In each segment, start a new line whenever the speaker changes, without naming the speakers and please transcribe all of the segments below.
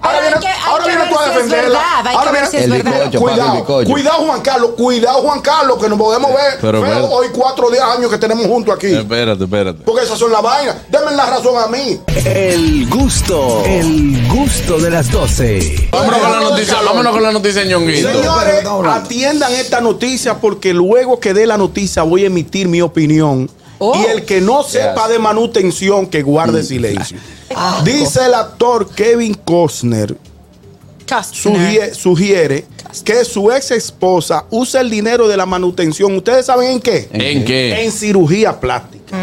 Ahora
Pero hay
viene,
que- hay
ahora
que
viene
ver
tú a
si es
defenderla.
verdad, hay
ahora
que ver si es
viene-
El verdad.
bicocho, papi, el
Cuidado,
bicocho.
cuidado Juan Carlos, cuidado Juan Carlos, que nos podemos ver
pero Eh,
feo
bueno.
hoy cuatro o diez años que tenemos juntos aquí.
Espérate, espérate.
Porque esas son las vainas. Denme la razón a mí.
El gusto, el gusto de las 12.
Vámonos con la noticia, vámonos con la noticia, ñonguito.
Señores,
no hablando.
atiendan esta noticia porque luego que dé la noticia voy a emitir mi opinión.
Oh.
Y el que no sepa de manutención, que guarde silencio. Dice el actor Kevin Costner, sugie- sugiere que su ex esposa usa el dinero de la manutención. ¿Ustedes saben en qué?
¿En qué?
En cirugía plástica.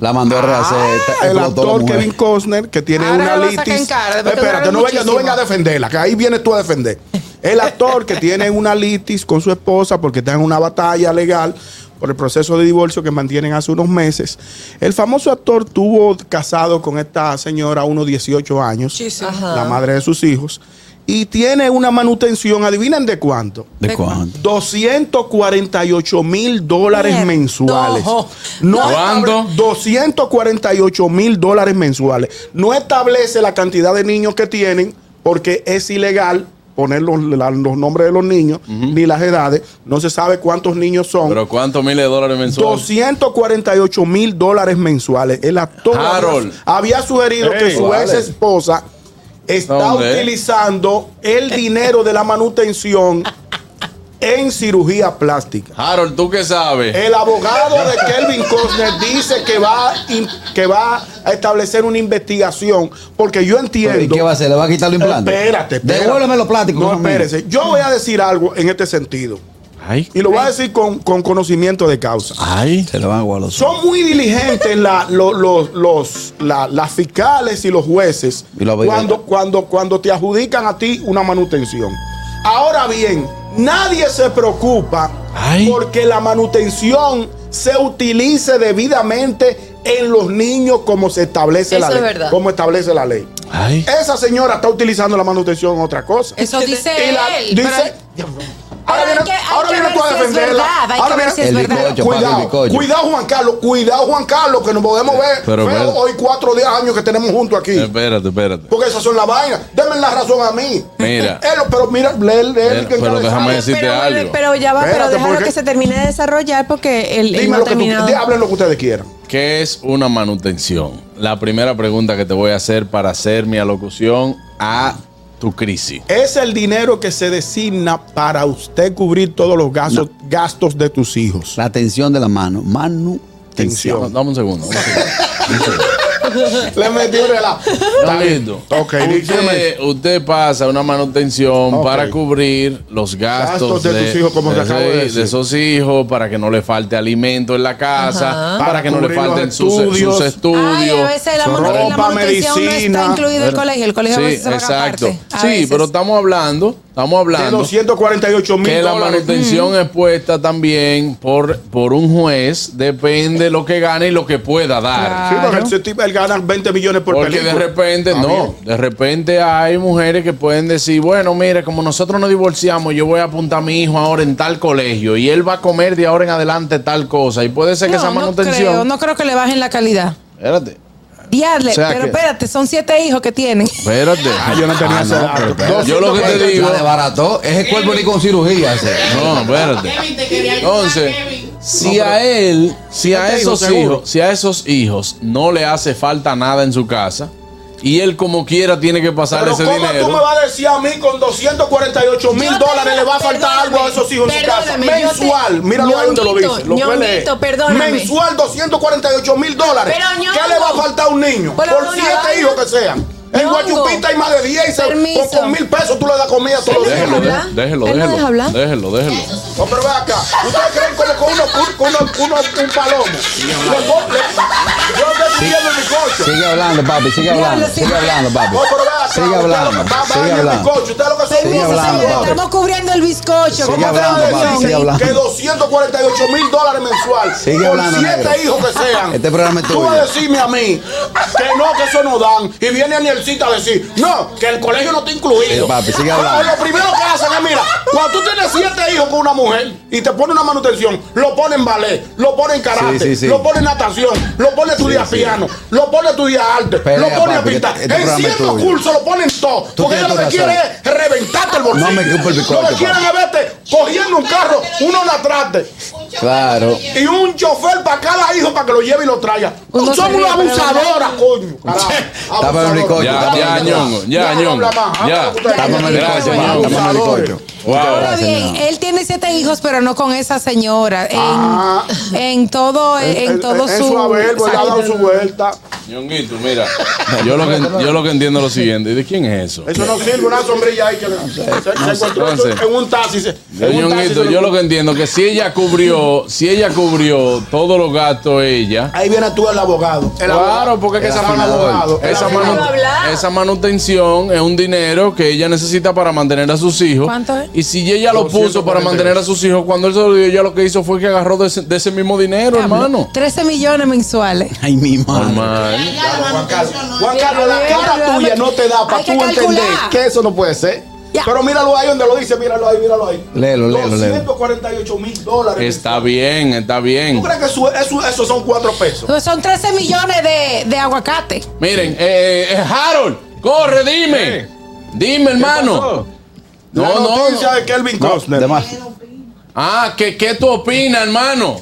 La mandó a rehacer. esta-
Ah, el
explotó la
actor
mujer.
Kevin Costner, que tiene
Ahora
una
lo saca en
litis.
cara, después te
Espérate,
duele
no venga, no
muchísimo.
venga a defenderla, que ahí vienes tú a defender. El actor que tiene una litis con su esposa porque está en una batalla legal por el proceso de divorcio que mantienen hace unos meses. El famoso actor tuvo casado con esta señora unos 18 años,
Muchísimo. Ajá.
la madre de sus hijos, y tiene una manutención, adivinen de cuánto.
¿De cuánto?
248 mil dólares
Mierda.
mensuales. No
¿Cuánto?
estable- 248 mil dólares mensuales. No establece la cantidad de niños que tienen porque es ilegal poner los, la- los nombres de los niños ni las edades. No se sabe cuántos niños son.
Pero cuántos miles de dólares mensuales.
248 mil dólares mensuales. El actor
Harold.
había sugerido
Ey,
que su
vale.
ex esposa está
¿Dónde?
utilizando el dinero de la manutención en cirugía plástica.
Harold, ¿tú qué
Eh.
sabes?
El abogado de Kelvin Costner dice que va, a in- que va a establecer una investigación porque yo
Pero, ¿Y
entiendo.
qué va a hacer? ¿Le va a quitar los implantes?
Espérate, espérate.
Devuélveme los plásticos.
No,
mamá mía.
espérese. Yo voy a decir algo en este sentido.
Ay,
Y lo voy a decir con, con conocimiento de causa.
ay.
Se le van a guardar los
Son muy diligentes la- lo- lo- los- la- las fiscales y los jueces
Y la abogada.
cuando, cuando, cuando te adjudican a ti una manutención. Ahora bien, nadie se preocupa
Ay.
porque la manutención se utilice debidamente en los niños como se establece la
Eso es
ley.
verdad.
Como establece la ley.
Ay.
Esa señora está utilizando la manutención en otra cosa.
Eso dice
Y la-
él.
dice-
Pero
ahora
hay
viene,
que- hay
ahora
que
viene
ver
tú a
si es
defenderla.
verdad, hay que
Ahora
ver
viene-
si es
El
verdad.
bicocho, papi, el
Cuidado,
bicocho.
cuidado Juan Carlos, cuidado Juan Carlos, que nos podemos Eh, ver
Pero,
feo
pero-
hoy cuatro o diez años que tenemos juntos aquí.
Espérate, espérate.
Porque esas son las vainas. Denme la razón a mí.
Mira.
Él, pero mira, lee, lee el
Mira,
que
pero
encabezado.
déjame decirte
pero,
algo.
bueno, pero ya va,
Espérate,
pero déjalo
porque-
que se termine de desarrollar porque él, él
Dime
no
lo
ha
que tú
terminado.
de- hablen lo que ustedes quieran.
¿Qué es una manutención? La primera pregunta que te voy a hacer para hacer mi alocución a tu crisis.
Es el dinero que se designa para usted cubrir todos los gastos, gastos de tus hijos.
La tensión de la mano. Manu.
Tensión.
Dame un segundo. un segundo.
Le metí un relajo.
Está lindo.
Ok, dígame.
usted, usted pasa una manutención
Ok.
para cubrir los gastos,
Gastos de tus hijos, como te acabo de decir.
esos hijos, para que no le falte alimento en la casa, para,
Para
que no le
cubrir los
falten sus
estudios.
sus
Ay, a
estudios.
veces la,
su
manu- la
ropa,
manutención
medicina.
no está incluido el
Pero-
colegio. El colegio a veces
Sí,
se paga
exacto.
aparte. A
Sí,
veces.
pero estamos hablando, estamos
De
hablando
248 mil
que la
dólares.
Mm.
manutención es puesta también por, por un juez, depende lo que gane y lo que pueda dar.
Sí, porque ese tipo, él gana 20 millones por
Porque
película.
de repente,
Está
no,
bien.
de repente hay mujeres que pueden decir, bueno, mire, como nosotros nos divorciamos, yo voy a apuntar a mi hijo ahora en tal colegio y él va a comer de ahora en adelante tal cosa. Y puede ser que esa
no, no
manutención...
creo, no creo que le bajen la calidad.
Espérate,
Diable,
O sea
pero
que-
espérate, son siete hijos que tienen.
espérate.
Ah, yo no tenía ese dato.
Yo lo que te
Te
digo-
desbarató. Es el cuerpo ni con cirugía. ese.
Ah,
No, espérate. Entonces, si a él, si a
Este hijo,
esos
seguro.
hijos, si a esos hijos no le hace falta nada en su casa y él como quiera tiene que pasar
Pero
ese
¿cómo tú me
dinero.
vas a decir a mí con 248 mil
Yo te
dólares
digo,
le va a faltar
perdóname,
algo a esos hijos en su casa?
perdóname, yo te-
Mensual, míralo ahí donde lo
Ñonguito,
dice. Lo puede leer.
Ñonguito, perdóname.
Mensual 248 mil dólares.
Pero,
¿Qué
Ñongo,
le va a faltar a un niño?
pero
Por
una
siete
vaina.
hijos que sean. En
Ñongo,
Guachupita hay más de 10 y se- con,
permiso.
con mil pesos tú le das comida todos los días.
Déjelo,
hablar.
déjelo, déjelo,
Él no deja
déjelo,
hablar.
déjelo, déjelo.
No, pero ve acá. ¿Ustedes creen como con uno, con uno, uno- un palomo? Le pon- le- yo estoy pidiendo el bizcocho.
Sigue hablando, papi. Sigue hablando. Sigue hablando, papi.
No, Oh, pero ve acá.
Sigue
ustedes lo que-
hablando.
va- va
Sigue
en el
hablando.
bizcocho. Ustedes lo que son
Sigue
unos
hablando,
señores.
papi.
Estamos cubriendo el bizcocho.
Sigue
¿Cómo te
hablando,
va a
papi,
decir?
sigue hablando.
que 248 mil dólares mensual
Sigue
por
hablando,
siete
negro.
hijos que sean
Este programa es
tú
tuyo.
vas a decirme a mí que no que eso no dan y viene Aniel jovencita decir, no, que el colegio no está incluido.
Eh, papi, sigue hablando.
Ah, Lo primero que hacen es, mira, cuando tú tienes siete hijos con una mujer y te pone una manutención, lo pone en ballet, lo pone en karate,
Sí, sí, sí.
lo pone en natación, lo pone a estudiar
sí.
piano, lo pone a estudiar arte,
Pelea,
lo pone a
papi, que
pintar.
este- este
en
programa es
ciertos
tuyo.
cursos lo ponen todo.
Tú
Porque
tienes
ellos lo
toda
que quieren
razón.
es reventarte el bolsillo.
No me culpe el
Lo que
bicote,
quieren
papi.
es verte cogiendo un carro, uno la trate
Claro.
y un chofer para cada hijo para que lo lleve y lo traiga.
Uno
Somos
se ríe,
una
pero
abusadora, coño.
Tápame el
rico
bizcocho,
Ya,
tápame
ya,
el
ñongo, ya, ñongo. Ya,
Tápame el
Gracias,
bizcocho,
ñongo.
pa, tápame el bizcocho.
Wow.
Ahora
Gracias,
bien,
ñongo.
él tiene siete hijos, pero no con esa señora. En,
Ah.
en todo, en, todo su.
su haber, le ha dado su vuelta.
Ñonguito, mira, yo lo, que, yo lo que entiendo es lo siguiente. ¿Y ¿De quién es eso?
Eso no sirve, una sombrilla ahí que le- se, se encontró
no sé.
en un taxi. se-
Yo,
en un taxi
Ñonguito,
se le-
yo lo que entiendo es que si ella cubrió, si ella cubrió todos los gastos ella.
Ahí viene tú el abogado. El
Claro,
abogado.
porque es que
El
esa, manu-
abogado, el
esa,
abogado.
manu- esa manutención es un dinero que ella necesita para mantener a sus hijos.
¿Cuánto es?
Y si ella lo puso para
242.
mantener a sus hijos, cuando él se lo dio, ella lo que hizo fue que agarró de ese, de ese mismo dinero, hermano.
13 millones mensuales.
Ay, mi madre.
Normal.
Juan Carlos, Juan Carlos, la cara tuya no te da para
Hay
tú
que
entender
calcular.
que eso no puede ser.
Ya.
Pero míralo ahí donde lo dice, míralo ahí, míralo ahí.
Léelo, léelo, léelo.
248 mil dólares.
Está bien, está bien.
¿Tú crees que eso, eso- eso son cuatro pesos?
Pues son 13 millones de, de aguacate.
Miren, eh, eh, Harold, corre, dime. Dime, hermano. No,
la
no,
noticia
no.
de Kelvin
No,
Costner.
de más.
Ah, ¿qué, qué tú opinas, hermano?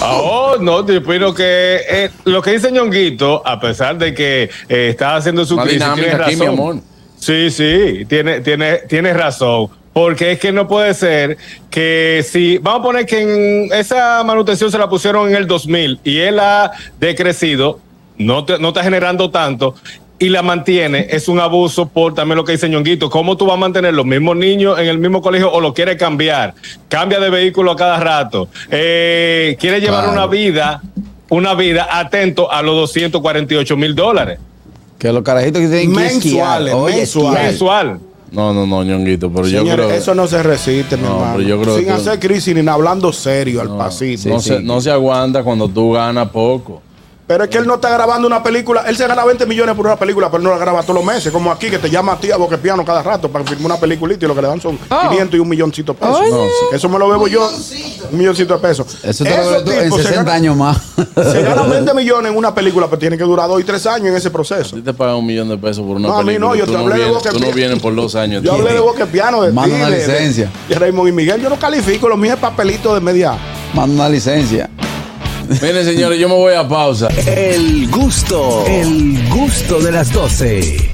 Ah, Oh, no, te opino que eh, lo que dice Ñonguito, a pesar de que eh, está haciendo su
Una
crisis,
dinámica
tiene
aquí, mi
razón.
amor.
Sí, sí, tiene, tiene, tiene razón. Porque es que no puede ser que si, vamos a poner que en esa manutención se la pusieron en el 2000 y él ha decrecido, no, te- no está generando tanto y la mantiene, es un abuso por también lo que dice Ñonguito, ¿cómo tú vas a mantener los mismos niños en el mismo colegio o lo quieres cambiar? Cambia de vehículo a cada rato, eh, quiere llevar
Claro.
una vida, una vida atento a los 248 mil dólares
Que los carajitos que tienen que esquiar.
Mensuales,
Oye,
mensuales.
esquiar.
mensual.
No, no, no, ñonguito, pero yo
Señores,
creo.
eso no se resiste, mi
No,
hermano.
pero yo creo
Sin
que-
hacer crisis ni hablando serio al pasito.
no,
Sí,
se,
sí.
no se aguanta cuando tú ganas poco.
Pero es que él no está grabando una película. Él se gana 20 millones por una película, pero no la graba todos los meses. Como aquí, que te llama a ti a Boque Piano cada rato para firmar una peliculita y lo que le dan son
Oh.
500 y un milloncito de pesos.
Oye.
No, sí. Eso me lo bebo yo. Un milloncito de pesos.
Eso te lo
Esos
ves tú en
tipos se
60
ganan-
años más.
Se ganan 20 millones en una película, pero tiene que durar 2 y 3 años en ese proceso.
Si te pagan un millón de pesos por una
No, a mí
película,
no, yo
tú
te hablé de
vienes,
Boca
tú no
Pica.
vienes por dos años.
Yo
tío.
hablé de Boque Piano, de
Manda una
Tigre, de-
licencia.
De Raymond y Miguel. Yo no califico, los míos es papelito de media.
Manda una licencia.
Miren, señores, yo me voy a pausa.
El gusto, el gusto de las 12.